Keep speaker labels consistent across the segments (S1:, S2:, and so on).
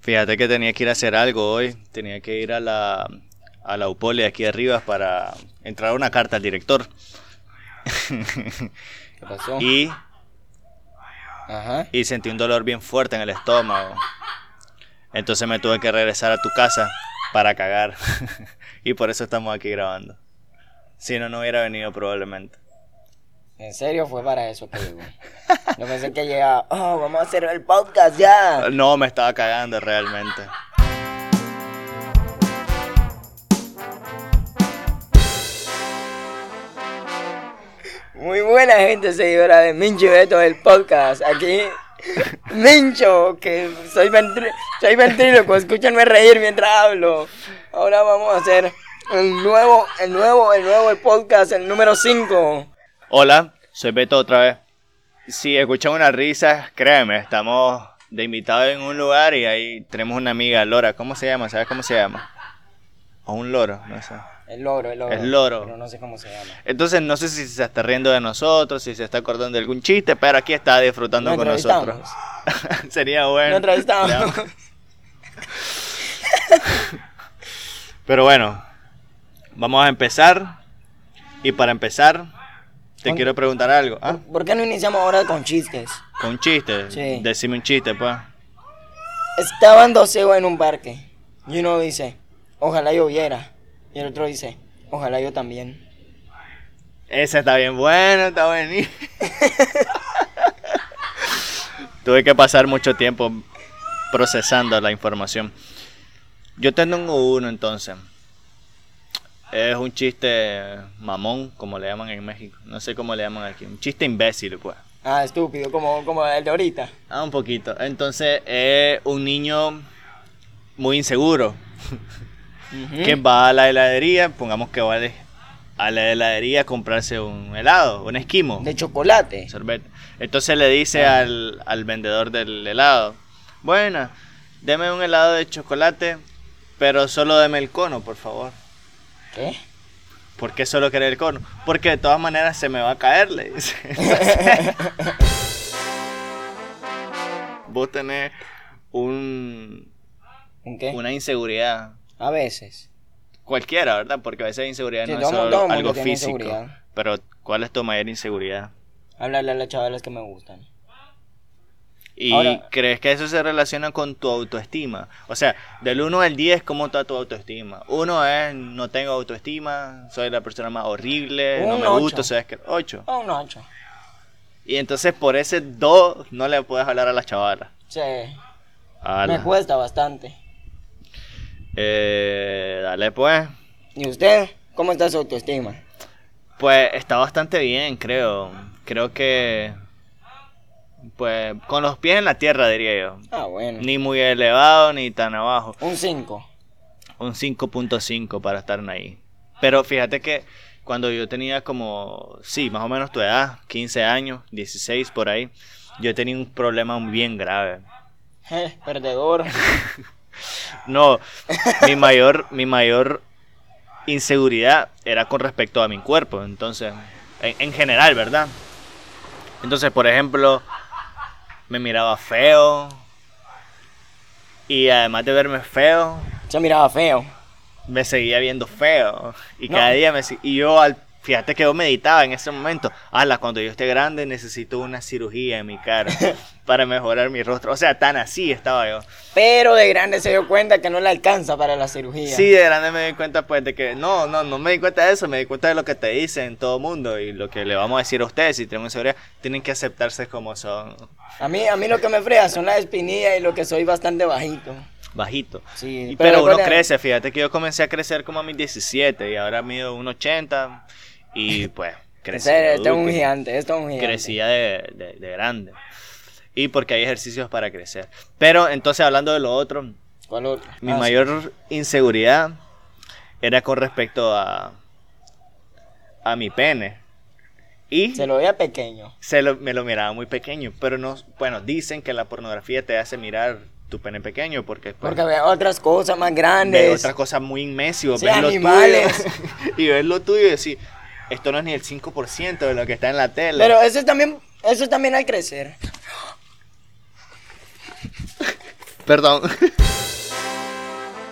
S1: Fíjate que tenía que ir a hacer algo hoy. Tenía que ir a la, a la UPOLE aquí arriba para entrar una carta al director.
S2: ¿Qué pasó?
S1: y,
S2: Ajá.
S1: y sentí un dolor bien fuerte en el estómago. Entonces me tuve que regresar a tu casa para cagar. y por eso estamos aquí grabando. Si no, no hubiera venido probablemente.
S2: En serio fue para eso que llegó. No pensé que llegaba. Oh, vamos a hacer el podcast ya.
S1: No, me estaba cagando realmente.
S2: Muy buena gente seguidora de Mincho y Beto del podcast. Aquí Mincho, que soy, ventri- soy ventríloco, escúchenme reír mientras hablo. Ahora vamos a hacer el nuevo, el nuevo, el nuevo el podcast, el número 5.
S1: Hola, soy Beto otra vez. Si escuchan unas risas, créeme, estamos de invitados en un lugar y ahí tenemos una amiga, Lora. ¿Cómo se llama? ¿Sabes cómo se llama? O un loro, no sé.
S2: El loro, el loro.
S1: El loro.
S2: Pero no sé cómo se llama.
S1: Entonces no sé si se está riendo de nosotros, si se está acordando de algún chiste, pero aquí está disfrutando
S2: Lo
S1: con nosotros. Sería
S2: Lo
S1: bueno.
S2: entrevistamos.
S1: Ya. Pero bueno, vamos a empezar. Y para empezar, te
S2: Con-
S1: quiero preguntar algo. Ah,
S2: ¿Por qué no iniciamos ahora con chistes?
S1: con chiste.
S2: Sí.
S1: Decime un chiste, pues.
S2: Estaban dos ciegos en un parque. Y uno dice, ojalá lloviera. Y el otro dice, ojalá yo también.
S1: Esa está bien buena, está buenísima. Tuve que pasar mucho tiempo procesando la información. Yo tengo uno entonces. Es un chiste mamón, como le llaman en México. No sé cómo le llaman aquí. Un chiste imbécil, pues.
S2: Ah, estúpido, como, como el de ahorita.
S1: Ah, un poquito. Entonces, es un niño muy inseguro. que va a la heladería, pongamos que va a la- a la heladería a comprarse un helado, un esquimo.
S2: De chocolate.
S1: sorbete. Entonces le dice
S2: Ah.
S1: al, al vendedor del helado, bueno, deme un helado de chocolate, pero solo deme el cono, por favor.
S2: ¿Qué?
S1: ¿Por qué solo querer el cono? Porque de todas maneras se me va a caer, le dice. Vos tenés un,
S2: ¿Un qué?
S1: una inseguridad
S2: A veces.
S1: cualquiera, ¿verdad? Porque a veces la inseguridad
S2: Sí,
S1: no es
S2: todo mu-
S1: solo
S2: todo mundo
S1: algo
S2: tiene
S1: físico.
S2: inseguridad.
S1: Pero, ¿cuál es tu mayor inseguridad?
S2: Hablarle a las chavalas que me gustan.
S1: ¿Y
S2: Ahora-
S1: crees que eso se relaciona con tu autoestima? O sea, del 1 al 10, ¿cómo está tu autoestima? Uno es, no tengo autoestima, soy la persona más horrible, no
S2: Un
S1: me
S2: ocho.
S1: gusto, soy que 8.
S2: Ah, un ocho.
S1: Y entonces por ese 2 no le puedes hablar a la chavala.
S2: Sí.
S1: Ala.
S2: Me cuesta bastante.
S1: Eh, dale pues.
S2: ¿Y usted? ¿Cómo está su autoestima?
S1: Pues está bastante bien, creo. Creo que... Pues con los pies en la tierra, diría yo.
S2: Ah, bueno.
S1: Ni muy elevado ni tan abajo.
S2: Un 5.
S1: Un 5.5 para estar ahí. Pero fíjate que cuando yo tenía como, sí, más o menos tu edad, 15 años, 16 por ahí, yo tenía un problema bien grave.
S2: Perdedor.
S1: No, mi mayor, mi mayor inseguridad era con respecto a mi cuerpo, entonces, en, en general, ¿verdad? Entonces, por ejemplo, me miraba feo y además de verme feo,
S2: Se miraba feo.
S1: me seguía viendo feo. Y
S2: No.
S1: cada día me se- Y yo, al, fíjate que yo meditaba en ese momento. Ala, cuando yo esté grande necesito una cirugía en mi cara para mejorar mi rostro. O sea, tan así estaba yo.
S2: Pero de grande se dio cuenta que no le alcanza para la cirugía.
S1: Sí, de grande me di cuenta, pues, de que no, no, no me di cuenta de eso. Me di cuenta de lo que te dicen todo mundo y lo que le vamos a decir a ustedes. Si tienen seguridad, tienen que aceptarse como son.
S2: A mí, a mí lo que me frega son las espinillas y lo que soy bastante bajito.
S1: Bajito.
S2: Sí,
S1: Y- pero, uno
S2: recuerda-
S1: crece, fíjate que yo comencé a crecer como a mis 17 y ahora mido 1,80 y pues crecí.
S2: Este, este es un
S1: adulto.
S2: gigante, este es un gigante.
S1: crecía de, de- de grande. Y porque hay ejercicios para crecer. Pero entonces hablando de lo otro,
S2: ¿Cuál otro?
S1: mi
S2: Ah, sí.
S1: mayor inseguridad era con respecto a, a mi pene. Y
S2: Se lo veía pequeño.
S1: se lo- me lo miraba muy pequeño. Pero no, bueno, dicen que la pornografía te hace mirar tu pene pequeño porque... pues,
S2: Porque veía otras cosas más
S1: ves
S2: grandes.
S1: otra cosa muy inmenso,
S2: Sí,
S1: ves lo
S2: animales.
S1: tuyo, y ves lo tuyo y decís, esto no es ni el 5% de lo que está en la tele.
S2: Pero eso es también, eso es también al crecer.
S1: Perdón.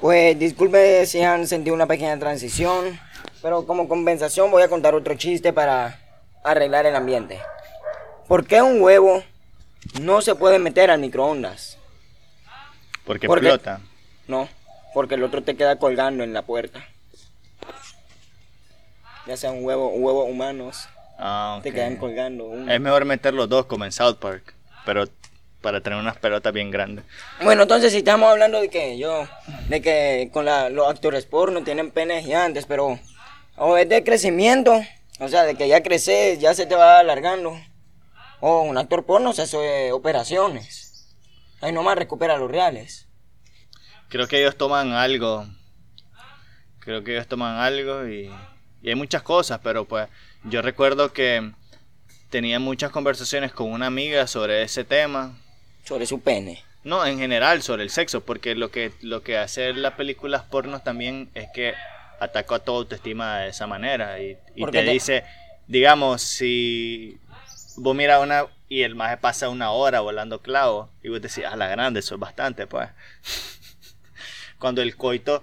S2: Pues disculpe si han sentido una pequeña transición, pero como compensación voy a contar otro chiste para arreglar el ambiente. ¿Por qué un huevo no se puede meter al microondas?
S1: Porque
S2: Porque-
S1: explota.
S2: No, porque el otro te queda colgando en la puerta. Ya sea un huevo, huevos humanos,
S1: Ah,
S2: te
S1: ok. Eh.
S2: quedan colgando. uno.
S1: Es mejor meter los dos como en South Park, pero para tener unas pelotas bien grandes.
S2: Bueno, entonces si estamos hablando de que yo, de que con la- los actores porno tienen penes gigantes, pero o es de crecimiento, o sea, de que ya creces, ya se te va alargando. O un actor porno se hace operaciones. Ahí nomás recupera los reales.
S1: Creo que ellos toman algo. Creo que ellos toman algo y, y hay muchas cosas, pero pues yo recuerdo que tenía muchas conversaciones con una amiga sobre ese tema.
S2: Sobre su pene.
S1: No, en general sobre el sexo, porque lo que, lo que hace las películas pornos también es que atacó a tu autoestima de esa manera y, y
S2: Porque
S1: te,
S2: te-
S1: dice, digamos, si vos miras una y el maje pasa una hora volando clavo y vos decís, a la grande, eso es bastante, pues. Cuando el coito,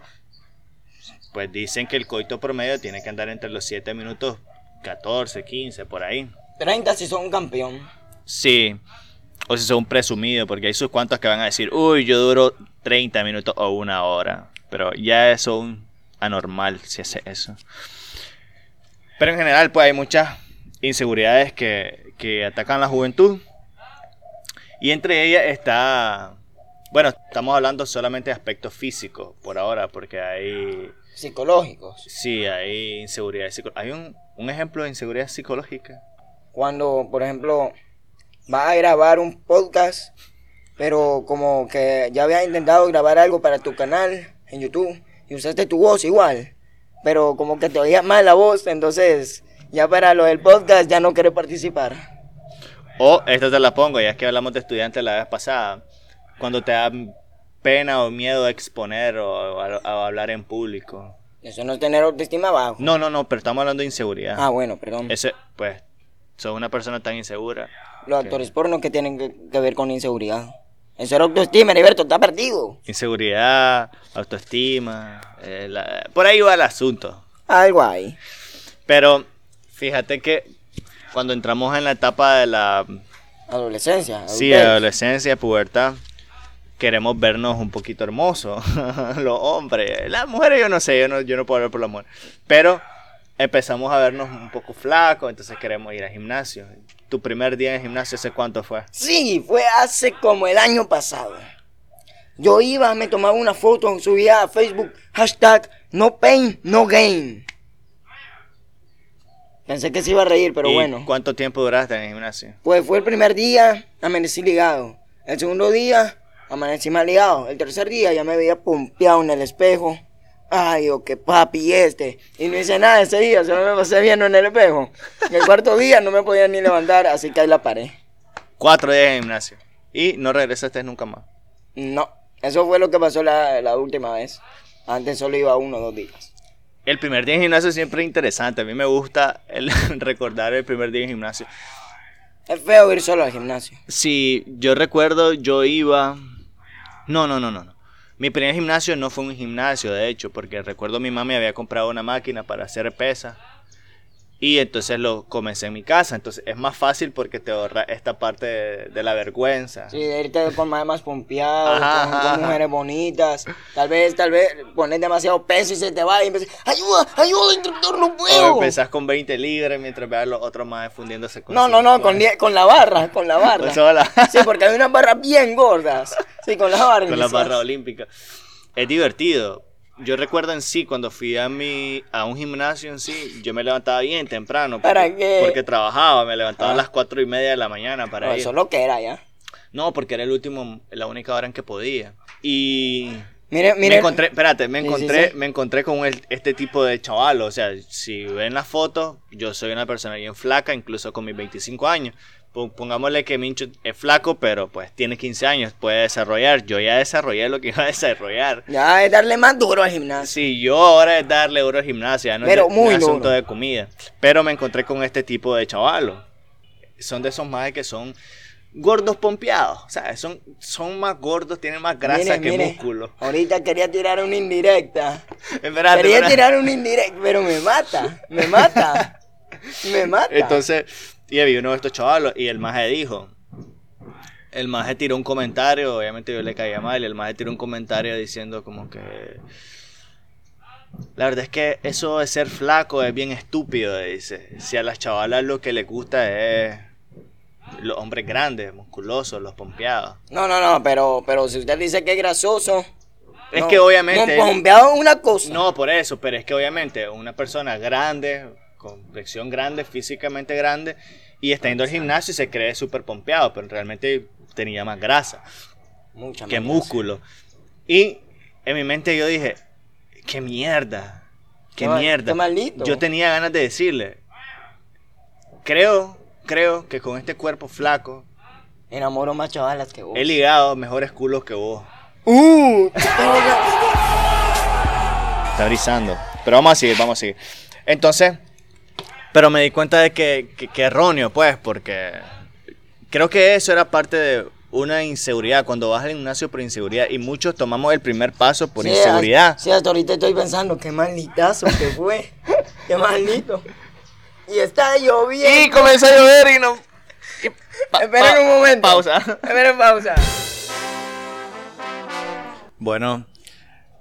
S1: pues dicen que el coito promedio tiene que andar entre los 7 minutos 14, 15, por ahí.
S2: 30 si son un campeón.
S1: Sí. O si son presumido, porque hay sus cuantos que van a decir, uy, yo duro 30 minutos o una hora. Pero ya es un anormal si hace eso. Pero en general, pues hay muchas inseguridades que, que atacan la juventud. Y entre ellas está. Bueno, estamos hablando solamente de aspectos físicos por ahora, porque hay.
S2: Psicológicos.
S1: Sí, hay inseguridades psicológicas. Hay un, un ejemplo de inseguridad psicológica.
S2: Cuando, por ejemplo, vas a grabar un podcast, pero como que ya habías intentado grabar algo para tu canal en YouTube y usaste tu voz igual, pero como que te oías mal la voz, entonces ya para lo del podcast ya no querés participar.
S1: O esta te la pongo, ya que hablamos de estudiantes la vez pasada. Cuando te da pena o miedo a exponer o, a, a hablar en público.
S2: Eso no es tener autoestima bajo.
S1: No, no, no, pero estamos hablando de inseguridad.
S2: Ah, bueno, perdón.
S1: Ese, pues, sos una persona tan insegura.
S2: Los actores porno que tienen que, que ver con inseguridad. Eso era autoestima, Heriberto, está perdido.
S1: Inseguridad, autoestima. eh, la- por ahí va el asunto.
S2: Algo ahí.
S1: Pero fíjate que cuando entramos en la etapa de la
S2: Adolescencia.
S1: Sí,
S2: adultez.
S1: adolescencia, pubertad. Queremos vernos un poquito hermosos, los hombres. Las mujeres yo no sé, yo no, yo no puedo hablar por la mujer. Pero empezamos a vernos un poco flacos, entonces queremos ir al gimnasio. Tu primer día en el gimnasio, ¿hace cuánto fue?
S2: Sí, fue hace como el año pasado. Yo iba, me tomaba una foto, subía a Facebook, hashtag no pain, no gain. Pensé que se iba a reír, pero
S1: ¿Y
S2: bueno.
S1: ¿Cuánto tiempo duraste en el gimnasio?
S2: Pues fue el primer día, amanecí ligado. El segundo día, amanecí más ligado. El tercer día ya me veía pompeado en el espejo. Ay, oh, qué papi este. Y no hice nada ese día, solo me pasé viendo en el espejo. Y el cuarto día no me podía ni levantar, así que ahí la paré.
S1: Cuatro días en el gimnasio. Y no regresaste nunca más.
S2: No, eso fue lo que pasó la, la última vez. Antes solo iba uno o dos días.
S1: El primer día en gimnasio siempre es interesante. A mí me gusta el- recordar el primer día en gimnasio.
S2: Es feo ir solo al gimnasio.
S1: Sí, yo recuerdo, yo iba. No, no, no, no, no. Mi primer gimnasio no fue un gimnasio, de hecho, porque recuerdo mi mami había comprado una máquina para hacer pesas. Y entonces lo comencé en mi casa. Entonces es más fácil porque te ahorra esta parte de, de la vergüenza.
S2: Sí, de irte con más, más pompeado,
S1: Ajá,
S2: con,
S1: ajá,
S2: con
S1: ajá.
S2: mujeres bonitas. Tal vez, tal vez pones demasiado peso y se te va y empiezas, ayuda, ayuda, instructor, no
S1: O
S2: puedo.
S1: empezás con 20 libras mientras veas los otros más fundiéndose con
S2: No, no, no, con,
S1: cincuenta.
S2: die- con la barra, con la barra.
S1: Con sola.
S2: Sí, porque hay unas barras bien gordas. Sí, con la barra.
S1: con la
S2: empiezas.
S1: barra olímpica. Es divertido. Yo recuerdo en sí, cuando fui a mi a un gimnasio en sí, yo me levantaba bien temprano. Porque,
S2: ¿Para qué?
S1: Porque trabajaba, me levantaba
S2: Ah.
S1: a las cuatro y media de la mañana para
S2: No,
S1: ir.
S2: eso es lo que era ya.
S1: No, porque era el último, la única hora en que podía. Y
S2: Mire, mire.
S1: me encontré, espérate, me
S2: Sí, sí,
S1: encontré,
S2: sí.
S1: me encontré con el- este tipo de chaval. O sea, si ven las fotos, yo soy una persona bien flaca, incluso con mis 25 años. Po- Pongámosle que Mincho es flaco, pero pues tiene 15 años, puede desarrollar. Yo ya desarrollé lo que iba a desarrollar.
S2: Ya es darle más duro al gimnasio.
S1: Sí, yo ahora es darle euro al gimnasio, ya no
S2: Pero
S1: es de-
S2: muy
S1: un asunto
S2: duro.
S1: de comida. Pero me encontré con este tipo de chavalos. Son de esos más que son gordos pompeados, ¿sabes? Son, son más gordos, tienen más grasa
S2: Mire,
S1: que
S2: mire,
S1: músculo.
S2: Ahorita quería tirar una indirecta.
S1: Espérate,
S2: quería
S1: espérate.
S2: tirar una indirecta, pero me mata, me mata, me mata.
S1: Entonces, y había uno de estos chavalos y el maje dijo, el maje tiró un comentario, obviamente yo le caía mal, y el maje tiró un comentario diciendo como que... La verdad es que eso de ser flaco es bien estúpido, dice. Si a las chavalas lo que les gusta es los hombres grandes, musculosos, los pompeados.
S2: No, no, no, pero, pero si usted dice que es grasoso.
S1: Es
S2: no.
S1: que obviamente-
S2: Con bombeado es una cosa.
S1: No, por eso, pero es que obviamente una persona grande, complexión grande, físicamente grande, y está yendo al gimnasio y se cree súper pompeado, pero realmente tenía más grasa
S2: Mucha
S1: que
S2: más
S1: músculo. Y en mi mente yo dije, qué mierda, qué
S2: No,
S1: mierda.
S2: qué malito.
S1: Yo tenía ganas de decirle, creo, creo que con este cuerpo flaco
S2: grasa. Enamoro más chavalas que vos.
S1: he ligado mejores culos que vos.
S2: ¡Uh!
S1: Está brisando. Pero vamos a seguir, vamos a seguir. Entonces, pero me di cuenta de que, que- que erróneo, pues, porque creo que eso era parte de una inseguridad, cuando vas al gimnasio por inseguridad, y muchos tomamos el primer paso por
S2: Sí,
S1: inseguridad.
S2: hasta- sí, hasta ahorita estoy pensando, qué malditazo que fue. qué maldito. Y está lloviendo.
S1: comenzó a llover y no...
S2: Esperen un momento.
S1: Pausa.
S2: Esperen pausa.
S1: Bueno,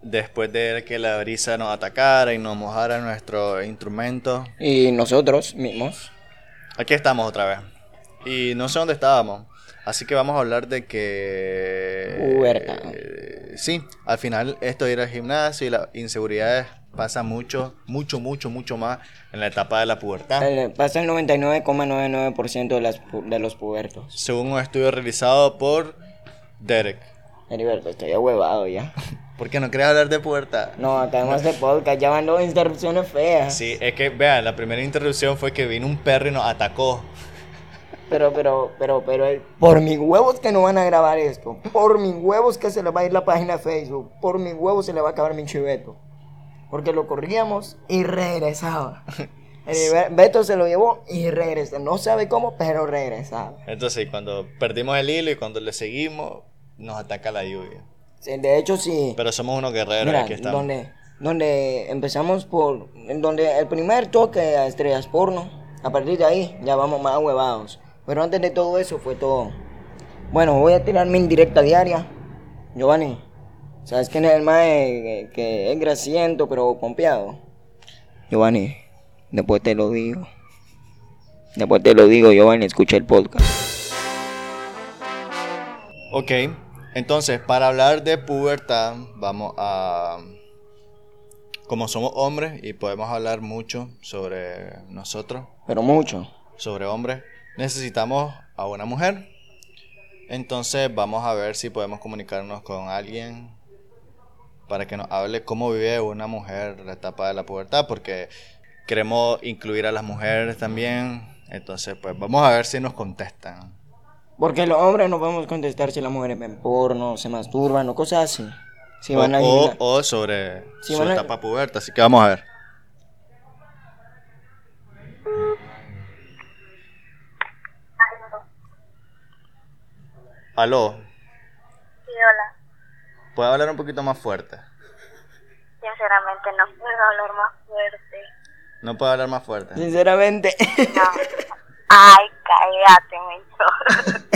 S1: después de que la brisa nos atacara y nos mojara nuestro instrumento,
S2: Y nosotros mismos.
S1: Aquí estamos otra vez. Y no sé dónde estábamos. Así que vamos a hablar de que...
S2: Pubertad.
S1: Eh, sí, al final esto de ir al gimnasio y las inseguridades pasa mucho, mucho, mucho, mucho más en la etapa de la pubertad.
S2: El- Eh, Pasa el 99,99% de, las pu- de los pubertos.
S1: Según un estudio realizado por Derek.
S2: Heriberto, estoy huevado ya.
S1: ¿Por qué no querés hablar de pubertad?
S2: No, acabamos de podcast, ya van dos interrupciones feas.
S1: Sí, es que, vean, la primera interrupción fue que vino un perro y nos atacó.
S2: Pero, pero, pero, pero, el- por mis huevos que no van a grabar esto. Por mis huevos que se le va a ir la página de Facebook. Por mis huevos se le va a acabar mi chiveto. Porque lo corríamos y regresaba. El Be- Beto se lo llevó y regresó. No sabe cómo, pero regresaba.
S1: Entonces, cuando perdimos el hilo y cuando le seguimos, nos ataca la lluvia.
S2: Sí, De hecho, sí.
S1: Pero somos unos guerreros,
S2: Mira,
S1: aquí estamos.
S2: donde, donde empezamos por. en Donde el primer toque a estrellas porno. A partir de ahí ya vamos más huevados. Pero antes de todo eso fue todo. Bueno, voy a tirar mi indirecta diaria. Giovanni, ¿sabes quién es el más eh, que, que es grasiento pero pompeado? Giovanni, después te lo digo. Después te lo digo, Giovanni, escucha el podcast.
S1: Ok, entonces para hablar de pubertad vamos a... Como somos hombres y podemos hablar mucho sobre nosotros,
S2: Pero mucho.
S1: sobre hombres, necesitamos a una mujer. Entonces vamos a ver si podemos comunicarnos con alguien para que nos hable cómo vive una mujer la etapa de la pubertad, porque queremos incluir a las mujeres también. Entonces pues vamos a ver si nos contestan.
S2: Porque los hombres no podemos contestar si las mujeres ven porno, se masturban o cosas así. Si
S1: o,
S2: van a
S1: o-
S2: gimna-
S1: o sobre
S2: Si
S1: su
S2: van a-
S1: etapa puberta, así que vamos a ver. Aló,
S3: Sí, hola.
S1: ¿puedo hablar un poquito más fuerte?
S3: Sinceramente no puedo hablar más fuerte.
S1: No puedo hablar más fuerte.
S2: Sinceramente.
S3: No. Ay, cállate, mentor.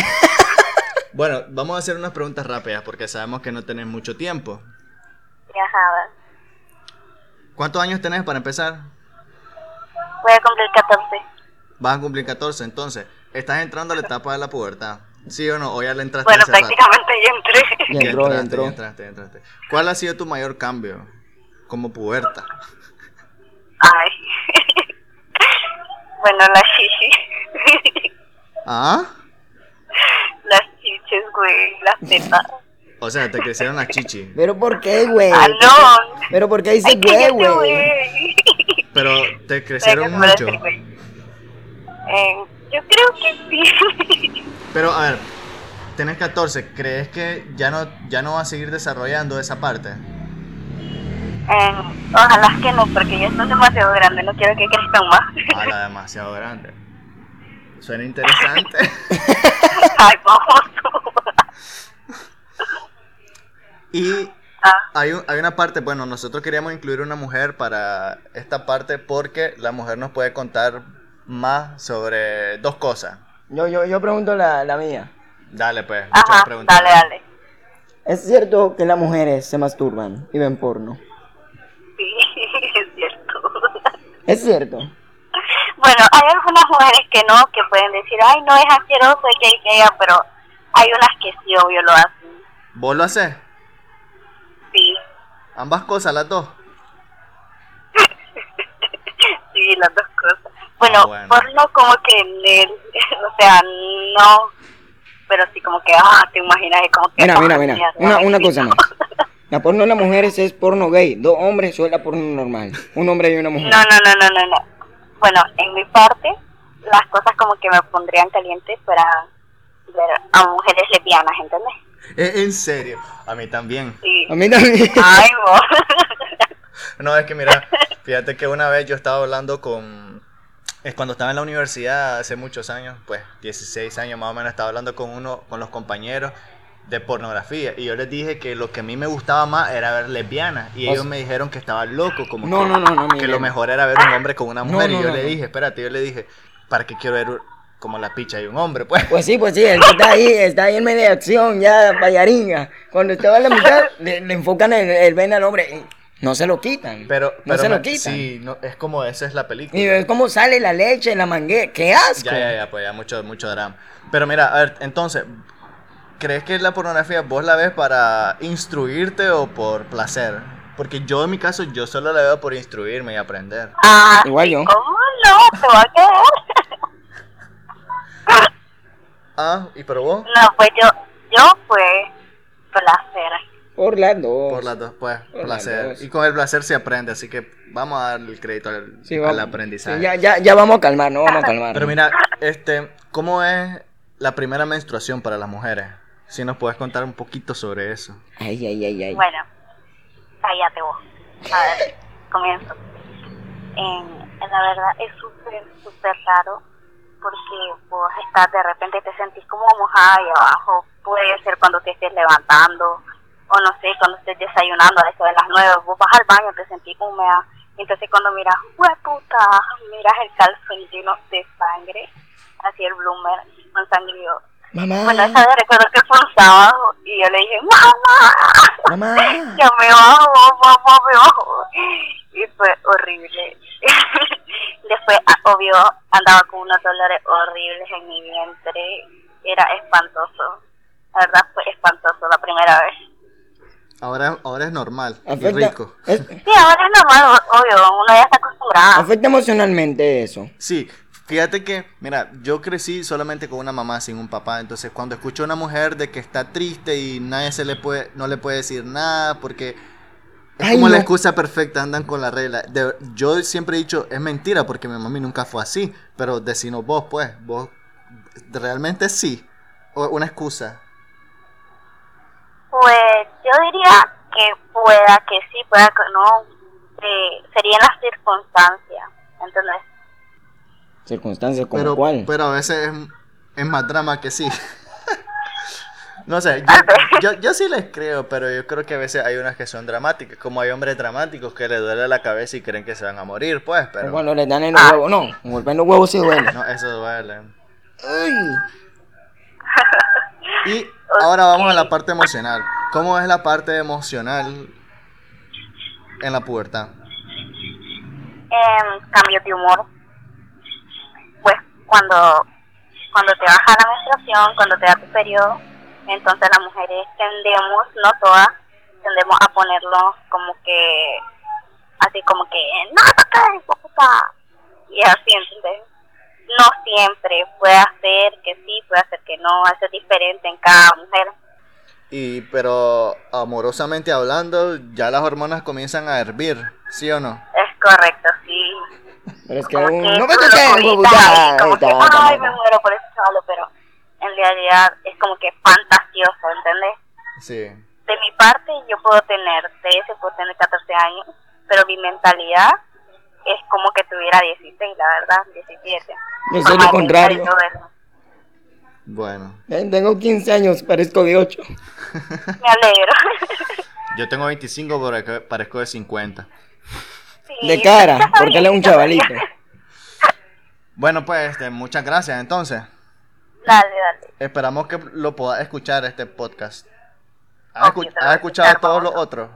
S1: Bueno, vamos a hacer unas preguntas rápidas porque sabemos que no tenés mucho tiempo.
S3: Ya sabes.
S1: ¿Cuántos años tenés para empezar?
S3: Voy a cumplir 14.
S1: Vas a cumplir 14, entonces, estás entrando a la etapa de la pubertad. ¿Sí o no? O ya le entraste
S3: Bueno,
S1: hace rato.
S3: prácticamente ya entré.
S2: Ya
S1: Ya
S2: entró, ya
S1: entraste,
S2: entró.
S1: ya entraste, ya entraste. ¿Cuál ha sido tu mayor cambio como puberta?
S3: Ay. Bueno, las chichis.
S1: ¿Ah?
S3: Las chichis, güey. Las tetas.
S1: O sea, te crecieron las chichi.
S2: Pero ¿por qué, güey?
S3: Ah, no.
S2: Pero ¿por qué Eh, dice
S3: Ay,
S2: güey,
S3: cállate,
S2: güey?
S3: güey.
S1: Pero te crecieron
S3: Gracias
S1: mucho.
S3: por decir, güey. Eh, yo creo que sí.
S1: Pero a ver, tenés 14, ¿crees que ya no, ya no vas a seguir desarrollando esa parte?
S3: Eh, ojalá
S1: Ah,
S3: que no, porque ya estoy demasiado grande. No quiero que crezcan más.
S1: Ala, demasiado grande. Suena interesante.
S3: Ay, baboso.
S1: y
S3: Ah,
S1: hay, un- hay una parte, bueno, nosotros queríamos incluir una mujer para esta parte porque la mujer nos puede contar más sobre dos cosas.
S2: Yo, yo, yo pregunto la, la mía.
S1: Dale, pues. muchas
S3: ajá,
S1: preguntas.
S3: dale, dale.
S2: ¿Es cierto que las mujeres se masturban y ven porno?
S3: Sí, es cierto.
S2: ¿Es cierto?
S3: Bueno, hay algunas mujeres que no, que pueden decir, ay, no es asqueroso, es que hay que ella, pero hay unas que sí, obvio, lo hacen.
S1: ¿Vos lo haces?
S3: Sí,
S1: Ambas cosas, las dos.
S3: sí, las dos cosas. Bueno,
S1: Ah, bueno.
S3: porno como que, en el- o sea, no, pero sí como que, ah, te imaginas, es como que...
S2: Mira,
S3: ah,
S2: mira, mira.
S3: mierda,
S2: Una, una
S3: sí,
S2: cosa más. La porno de las mujeres es porno gay. Dos hombres suela porno normal. Un hombre y una mujer.
S3: No, no, no, no, no, no. Bueno, en mi parte, las cosas como que me pondrían caliente para ver a mujeres lesbianas, ¿entendés?
S1: Eh, en serio. A mí también.
S3: Sí.
S2: A mí también.
S3: Ay, vos.
S1: No, es que mira, fíjate que una vez yo estaba hablando con... Es cuando estaba en la universidad hace muchos años, pues 16 años más o menos, estaba hablando con uno, con los compañeros de pornografía y yo les dije que lo que a mí me gustaba más era ver lesbianas y
S2: O
S1: ellos
S2: sea-
S1: me dijeron que estaba loco, como
S2: No,
S1: que,
S2: no, no, no,
S1: que
S2: Miguel.
S1: lo mejor era ver un hombre con una
S2: No,
S1: mujer
S2: no,
S1: y yo
S2: no,
S1: le
S2: no.
S1: dije, espérate, yo le dije, ¿para qué quiero ver un- como la picha de un hombre? Pues
S2: Pues sí, pues sí, el que está ahí, está ahí en media acción, ya, payaringa. Cuando usted va a la mitad, le, le enfocan el, el ven al hombre. y No se lo quitan.
S1: pero,
S2: no
S1: pero
S2: se
S1: me-
S2: lo quitan.
S1: Sí, no, es como esa es la película.
S2: Y ves cómo sale la leche, la manguera. ¡Qué asco!
S1: Ya, ya, ya, pues ya, mucho, mucho drama. Pero mira, a ver, entonces, ¿crees que la pornografía vos la ves para instruirte o por placer? Porque yo en mi caso, yo solo la veo por instruirme y aprender.
S3: Ah,
S2: Igual yo.
S3: ¿Cómo no? ¿Te va a quedar?
S1: Ah, ¿y pero vos?
S3: No, pues yo, yo pues, placer.
S2: Por las dos.
S1: Por las dos, pues,
S2: Por las
S1: placer.
S2: dos.
S1: Y con el placer se aprende, así que vamos a darle el crédito al,
S2: Sí,
S1: al
S2: vamos-
S1: aprendizaje.
S2: sí, ya, ya, ya vamos a calmar, no vamos a calmar.
S1: Pero mira, este, ¿cómo es la primera menstruación para las mujeres? Si nos puedes contar un poquito sobre eso.
S2: Ay, ay, ay, ay.
S3: Bueno, cállate vos. A ver, comienzo. En- en la verdad es súper, súper raro porque vos estás de repente te sentís como mojada ahí abajo. Puede ser cuando te estés levantando o no sé, cuando estés desayunando a eso de las nueve. Vos vas al baño, te sentís húmeda. Entonces cuando miras, puta, miras el calzón lleno de sangre, así el bloomer, con sangrío.
S2: Mamá,
S3: Bueno, esa vez recuerdo que fue un sábado y yo le dije, mamá,
S2: mamá.
S3: yo me bajo, mamá, me bajo. Y fue horrible. Después, a- obvio, andaba con unos dolores horribles en mi vientre. Era espantoso. La verdad fue espantoso la primera vez.
S1: Ahora, ahora es normal y
S2: Afecta,
S1: rico.
S2: es-
S3: Sí, ahora es normal, o- obvio, uno ya está acostumbrado.
S2: afecta emocionalmente eso.
S1: Sí, fíjate que, mira, yo crecí solamente con una mamá sin un papá, entonces cuando escucho a una mujer de que está triste y nadie se le puede, no le puede decir nada, porque es
S2: Ay,
S1: como la
S2: no.
S1: excusa perfecta, andan con la regla. De- yo siempre he dicho, es mentira, porque mi mami nunca fue así, pero decinos vos, pues, vos realmente sí, o una excusa.
S3: Pues yo diría que pueda que sí, pueda que no. Eh, serían las circunstancias, ¿entendés?
S2: Circunstancias como
S1: Pero,
S2: cuál.
S1: pero a veces es, es más drama que sí. no sé,
S3: Tal
S1: yo, yo, yo sí les creo, pero yo creo que a veces hay unas que son dramáticas, como hay hombres dramáticos que les duele la cabeza y creen que se van a morir, pues,
S2: O
S1: pero
S2: Cuando le dan en los huevos, no. Un golpe en los huevos sí duele.
S1: no, eso duele.
S2: Ay.
S1: Y ahora vamos a la parte emocional. ¿Cómo es la parte emocional en la pubertad?
S3: em, cambios de humor. Pues cuando, cuando te baja la menstruación, cuando te da tu periodo, entonces las mujeres tendemos, no todas, tendemos a ponerlo como que, así como que, no toca hijo de puta", Y así, entonces, no siempre, puede ser que sí, puede ser que no, eso es diferente en cada mujer.
S1: Y pero amorosamente hablando, ya las hormonas comienzan a hervir, ¿sí o no?
S3: Es correcto, sí.
S2: Pero es que
S3: Como
S2: un...
S3: que
S2: No me
S3: tú lo
S2: toques el
S3: cogitas
S2: huevo.
S3: ahí,
S2: ya,
S3: como que,
S2: ya,
S3: Ay,
S2: ya,
S3: me
S2: ya.
S3: muero por ese chavalo, pero en realidad es como que fantasioso, ¿entendés?
S1: Sí.
S3: De mi parte, yo puedo tener 13, puedo tener 14 años, pero mi mentalidad es como que tuviera 16, la verdad, 17.
S2: Yo soy lo
S3: Ajá,
S2: contrario.
S3: y todo eso.
S1: Bueno,
S2: Eh, Tengo 15 años, parezco de 8.
S3: Me alegro.
S1: yo tengo 25, pero que- parezco de 50.
S3: Sí,
S2: De cara,
S3: ya
S2: porque él es un
S3: sabía, ya sabía.
S2: chavalito.
S1: Bueno, pues este, muchas gracias. Entonces,
S3: Dale, dale.
S1: esperamos que lo puedas escuchar este podcast. ¿Has,
S3: Ok,
S1: escu-
S3: te lo voy
S1: has
S3: a
S1: escuchado
S3: escuchar,
S1: todos
S3: vamos.
S1: los otros?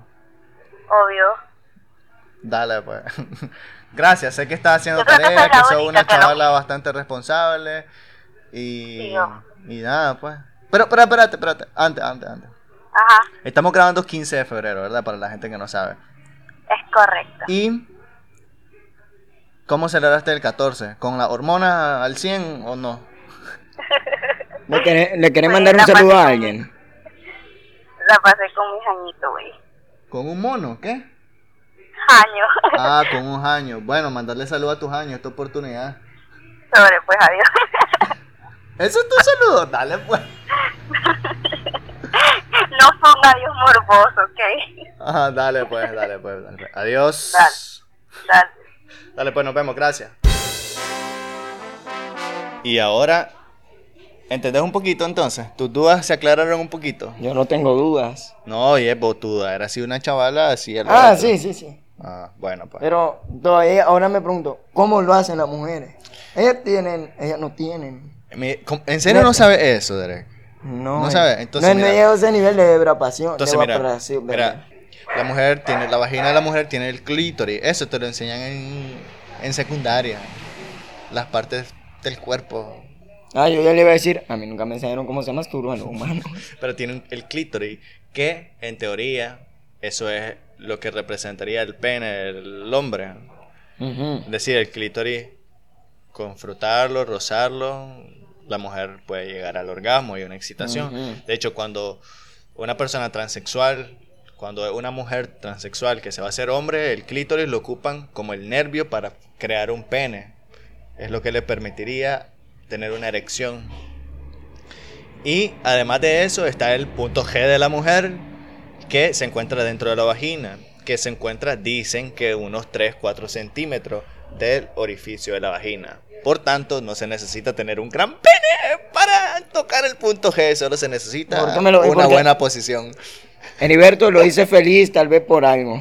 S3: Obvio.
S1: Dale, pues. Gracias, sé que estás haciendo
S3: Yo creo que
S1: tarea,
S3: soy la
S1: que sos
S3: única
S1: una
S3: que no.
S1: chavala bastante responsable. Y,
S3: Sí, yo.
S1: y nada, pues. Pero, pero espérate, espérate. Antes, antes, antes.
S3: Ajá,
S1: Estamos grabando 15 de febrero, ¿verdad? Para la gente que no sabe.
S3: es correcto.
S1: ¿Y cómo celebraste el 14? ¿Con las hormonas al 100 o no?
S2: Le querés, le querés
S3: Pues,
S2: mandar un
S3: la
S2: saludo a
S3: pasé.
S2: alguien.
S3: La pasé con mis añitos, güey.
S1: ¿Con un mono? ¿Qué?
S3: Años.
S1: Ah, con un año. Bueno, mandarle saludo a tus años, esta oportunidad.
S3: Sobre, pues, adiós.
S1: ¿Eso es tu saludo? Dale, pues.
S3: No fue un adiós morboso, ¿ok?
S1: Ajá, dale, pues, dale, pues. dale, pues. Adiós.
S3: Dale. Dale.
S1: Dale, pues nos vemos, gracias. Y ahora, ¿entendés un poquito entonces? ¿Tus dudas se aclararon un poquito?
S2: Yo no tengo dudas.
S1: No, oye, botuda, era así una chavala, así el
S2: Ah,
S1: otro.
S2: sí, sí, sí.
S1: Ah, bueno, pues.
S2: Pero todavía ahora me pregunto, ¿cómo lo hacen las mujeres? Ellas tienen, ellas no tienen.
S1: Mi- com- ¿En serio no sabes eso, Derek?
S2: No,
S1: No
S2: eh.
S1: sabe, entonces,
S2: no, no
S1: mira.
S2: llega a ese nivel de evaporación.
S1: Entonces,
S2: de
S1: mira,
S2: evaporación,
S1: mira,
S2: ¿verdad?
S1: la mujer tiene, la vagina de la mujer tiene el clítoris, eso te lo enseñan en, en secundaria, las partes del cuerpo,
S2: Ah, yo ya le iba a decir, a mí nunca me enseñaron cómo se masturban los humanos.
S1: pero tienen el clítoris, que en teoría eso es lo que representaría el pene del hombre.
S2: Ujú.
S1: Es decir, el clítoris, con frotarlo, rozarlo, la mujer puede llegar al orgasmo y una excitación.
S2: Ujú.
S1: De hecho, cuando una persona transexual, cuando una mujer transexual que se va a hacer hombre, el clítoris lo ocupan como el nervio para crear un pene. Es lo que le permitiría tener una erección. Y además de eso está el punto G de la mujer que se encuentra dentro de la vagina, que se encuentra, dicen que unos 3-4 centímetros del orificio de la vagina. Por tanto, no se necesita tener un gran pene para tocar el punto G, solo se necesita
S2: ¿Por qué me lo- por
S1: una
S2: qué?
S1: buena posición.
S2: Heriberto lo hice feliz, tal vez por algo.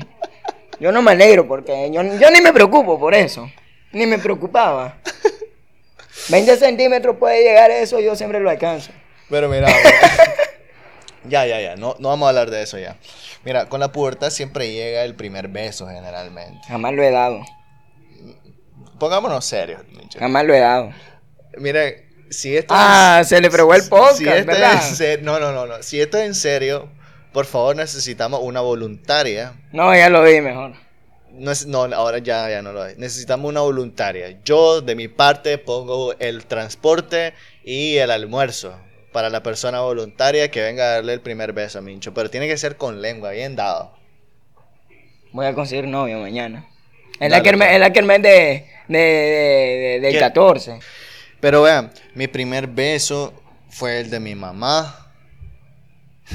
S2: Yo no me alegro porque yo, yo ni me preocupo por eso. Ni me preocupaba. 20 centímetros puede llegar eso, yo siempre lo alcanzo.
S1: Pero mira, güey. ya, ya, ya, no, no vamos a hablar de eso ya. Mira, con la pubertad siempre llega el primer beso generalmente.
S2: Jamás lo he dado.
S1: Pongámonos serios, Mincho.
S2: Jamás lo he dado.
S1: Mira, si esto
S2: Ah, se le fregó el podcast,
S1: si esto
S2: ¿verdad?
S1: este es en ser- no, no, no, no. Si esto es en serio, por favor necesitamos una voluntaria.
S2: No, ya lo vi mejor.
S1: No, es- no, ahora ya, ya no lo hay. Necesitamos una voluntaria. Yo, de mi parte, pongo el transporte y el almuerzo para la persona voluntaria que venga a darle el primer beso a Mincho. Pero tiene que ser con lengua, bien dado.
S2: Voy a conseguir novio mañana. Es
S1: Dale,
S2: la que el
S1: pues.
S2: mes, es la que el mes de, de, de- de- del
S1: ¿Qué?
S2: 14.
S1: Pero vean, mi primer beso fue el de mi mamá.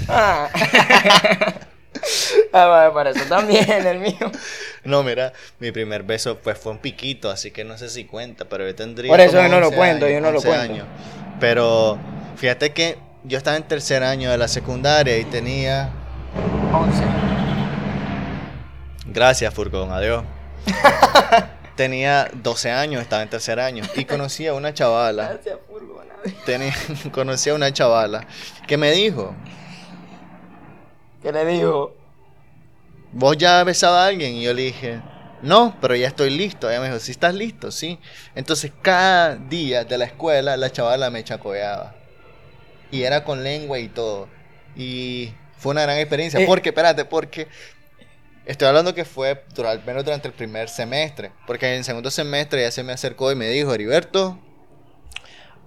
S2: Ah. ah, vale, para eso también, el mío.
S1: No, mira, mi primer beso pues fue un piquito, así que no sé si cuenta, pero yo tendría.
S2: Por eso
S1: como
S2: yo no lo
S1: 11
S2: cuento, yo no lo
S1: 11
S2: cuento.
S1: años. Pero fíjate que yo estaba en tercer año de la secundaria y tenía.
S2: 11.
S1: Gracias, Furcón, adiós. tenía 12 años, estaba en tercer año y conocí a una chavala. Tenía, conocí a una chavala que me dijo:
S2: ¿Qué le digo?
S1: ¿Vos ya besaba a alguien? Y yo le dije, no, pero ya estoy listo. Ella me dijo, ¿sí estás listo? Sí. Entonces cada día de la escuela la chavala me chacoeaba. Y era con lengua y todo. Y fue una gran experiencia.
S2: Eh.
S1: Porque, espérate, porque estoy hablando que fue dur- al menos durante el primer semestre. Porque en el segundo semestre ella se me acercó y me dijo, Heriberto,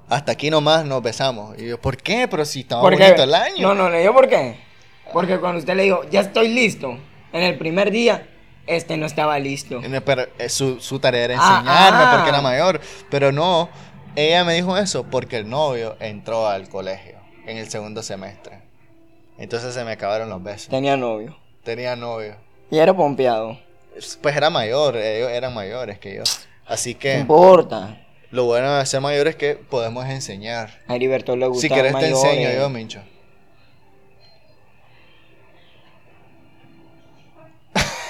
S1: hasta aquí nomás nos besamos. Y yo, ¿por qué? Pero si estaba
S2: ¿Por qué?
S1: bonito el año.
S2: No, no, le digo por qué. Porque cuando usted le dijo, ya estoy listo, en el primer día, este no estaba listo.
S1: No, Pero eh, su, su tarea era
S2: Ah,
S1: enseñarme
S2: ah.
S1: porque era mayor. Pero no, ella me dijo eso porque el novio entró al colegio en el segundo semestre. Entonces se me acabaron los besos.
S2: Tenía novio.
S1: Tenía novio.
S2: Y era pompeado.
S1: Pues era mayor, ellos eran mayores que yo. Así
S2: No
S1: que
S2: importa.
S1: Lo bueno de ser mayor es que podemos enseñar.
S2: A Heriberto le gusta
S1: Si querés te enseño yo, Mincho.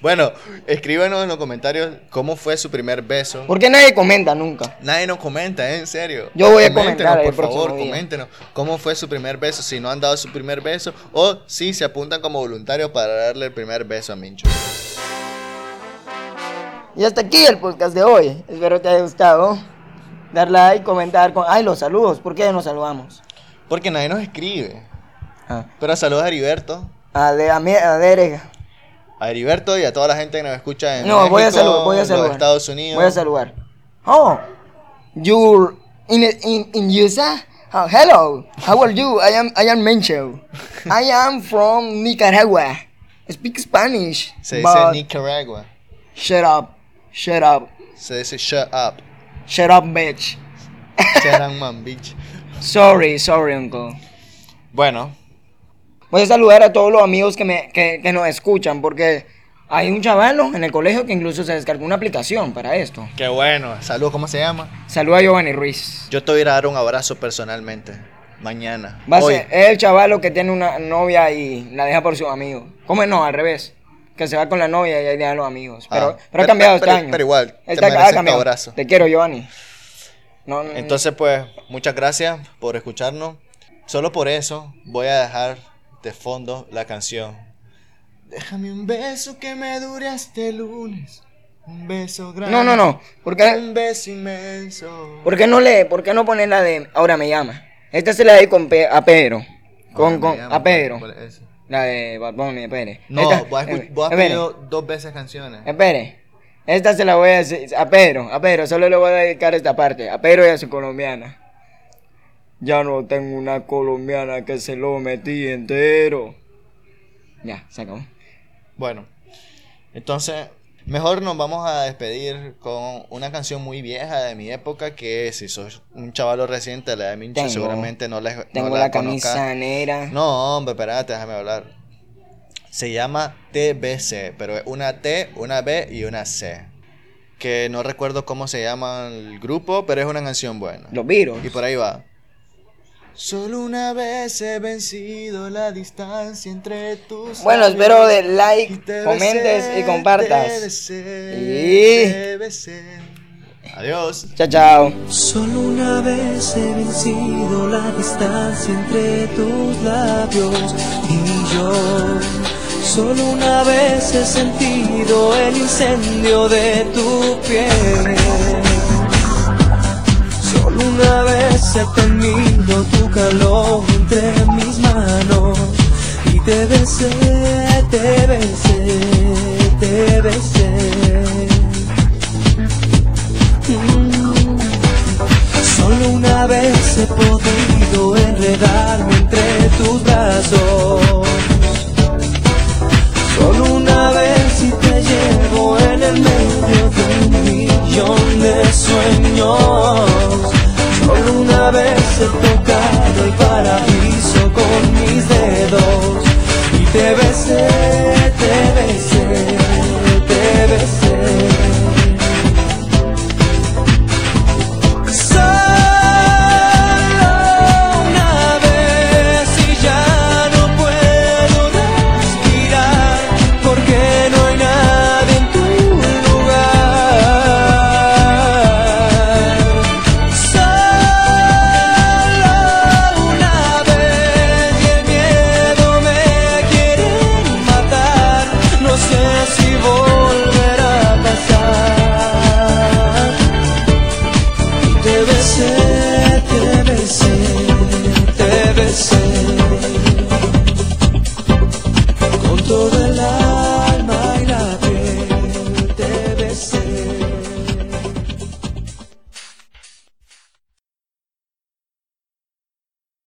S1: bueno, escríbanos en los comentarios cómo fue su primer beso.
S2: ¿Por qué nadie comenta nunca?
S1: Nadie nos comenta, ¿eh? en serio.
S2: Yo voy
S1: Coméntenos,
S2: a comentar el
S1: por
S2: próximo
S1: favor,
S2: día.
S1: coméntenos cómo fue su primer beso, si no han dado su primer beso o si se apuntan como voluntarios para darle el primer beso a Mincho.
S2: Y hasta aquí el podcast de hoy. Espero te haya gustado. Dar like, comentar. Con... Ay, los saludos. ¿Por qué nos saludamos?
S1: Porque nadie nos escribe.
S2: Ah.
S1: Pero saludos a Heriberto,
S2: A, de, a, mi- a Derek.
S1: a Heriberto y a toda la gente que nos escucha en
S2: No, voy a
S1: México,
S2: saludar. Voy a
S1: los
S2: saludar.
S1: Estados Unidos.
S2: Voy a saludar. Oh, you're in, in, in USA? Oh, hello. How are you? I am, I am Mencho. I am from Nicaragua. speak Spanish.
S1: Se dice
S2: but
S1: Nicaragua.
S2: Shut up. Shut up.
S1: Se dice shut up.
S2: Shut up, bitch.
S1: Charanman bitch.
S2: Sorry, sorry, uncle.
S1: Bueno,
S2: Voy a saludar a todos los amigos que, me, que, que nos escuchan, porque hay un chavalo en el colegio que incluso se descargó una aplicación para esto.
S1: qué bueno. Saludos, ¿cómo se llama?
S2: Saluda a Giovanni Ruiz.
S1: Yo te voy a ir a dar un abrazo personalmente. Mañana.
S2: Va a
S1: Hoy.
S2: ser es el chavalo que tiene una novia y la deja por sus amigos. ¿Cómo es? no? Al revés. Que se va con la novia y ahí deja a los amigos. Pero,
S1: Ah,
S2: pero,
S1: pero-
S2: ha cambiado
S1: pero-
S2: este año.
S1: pero igual, te
S2: Está- ha
S1: mereces tu
S2: cambiado.
S1: abrazo.
S2: Te quiero, Giovanni. No, no, no.
S1: Entonces, pues, muchas gracias por escucharnos. Solo por eso voy a dejar de fondo la canción. Déjame un beso que me dure hasta el lunes. Un beso grande.
S2: no, no, no. ¿Por qué,
S1: Un beso inmenso.
S2: por qué no le, por qué no pones la de Ahora me llama? Esta se la di con Pe- a Pedro. Con, con, a Pedro. La de Bad Bunny, espere.
S1: No,
S2: Esta-
S1: vos has, escu-
S2: eh,
S1: vos has
S2: espere, Eh.
S1: pedido dos veces canciones.
S2: Espere. Esta se la voy a decir a Pedro, a Pedro, solo le voy a dedicar esta parte, a Pedro y a su colombiana. Ya no tengo una colombiana que se lo metí entero. Ya, se acabó.
S1: Bueno, entonces, mejor nos vamos a despedir con una canción muy vieja de mi época que si sos un chavalo reciente de la edad de Mincho,
S2: Tengo-
S1: seguramente no, les, no
S2: Tengo
S1: la
S2: la
S1: conozcas.
S2: camisa negra.
S1: No, hombre, espérate, déjame hablar. Se llama TBC, pero es una T, una B y una C. Que no recuerdo cómo se llama el grupo, pero es una canción buena.
S2: Los virus.
S1: Y por ahí va. Solo una vez he vencido la distancia entre tus
S2: Bueno, espero de like,
S1: y te
S2: comentes y
S1: besé, te
S2: compartas.
S1: besé,
S2: Y-
S1: te besé. Adiós.
S2: Chao, chao.
S4: Solo una vez he vencido la distancia entre tus labios y yo. Solo una vez he sentido el incendio de tu piel. Solo una vez he tenido tu calor entre mis manos y te besé, te besé, te besé. Mm. Solo una vez he podido enredarme entre tus brazos. Solo una vez y te llevo en el medio de un millón de sueños. Solo una vez he tocado y para mí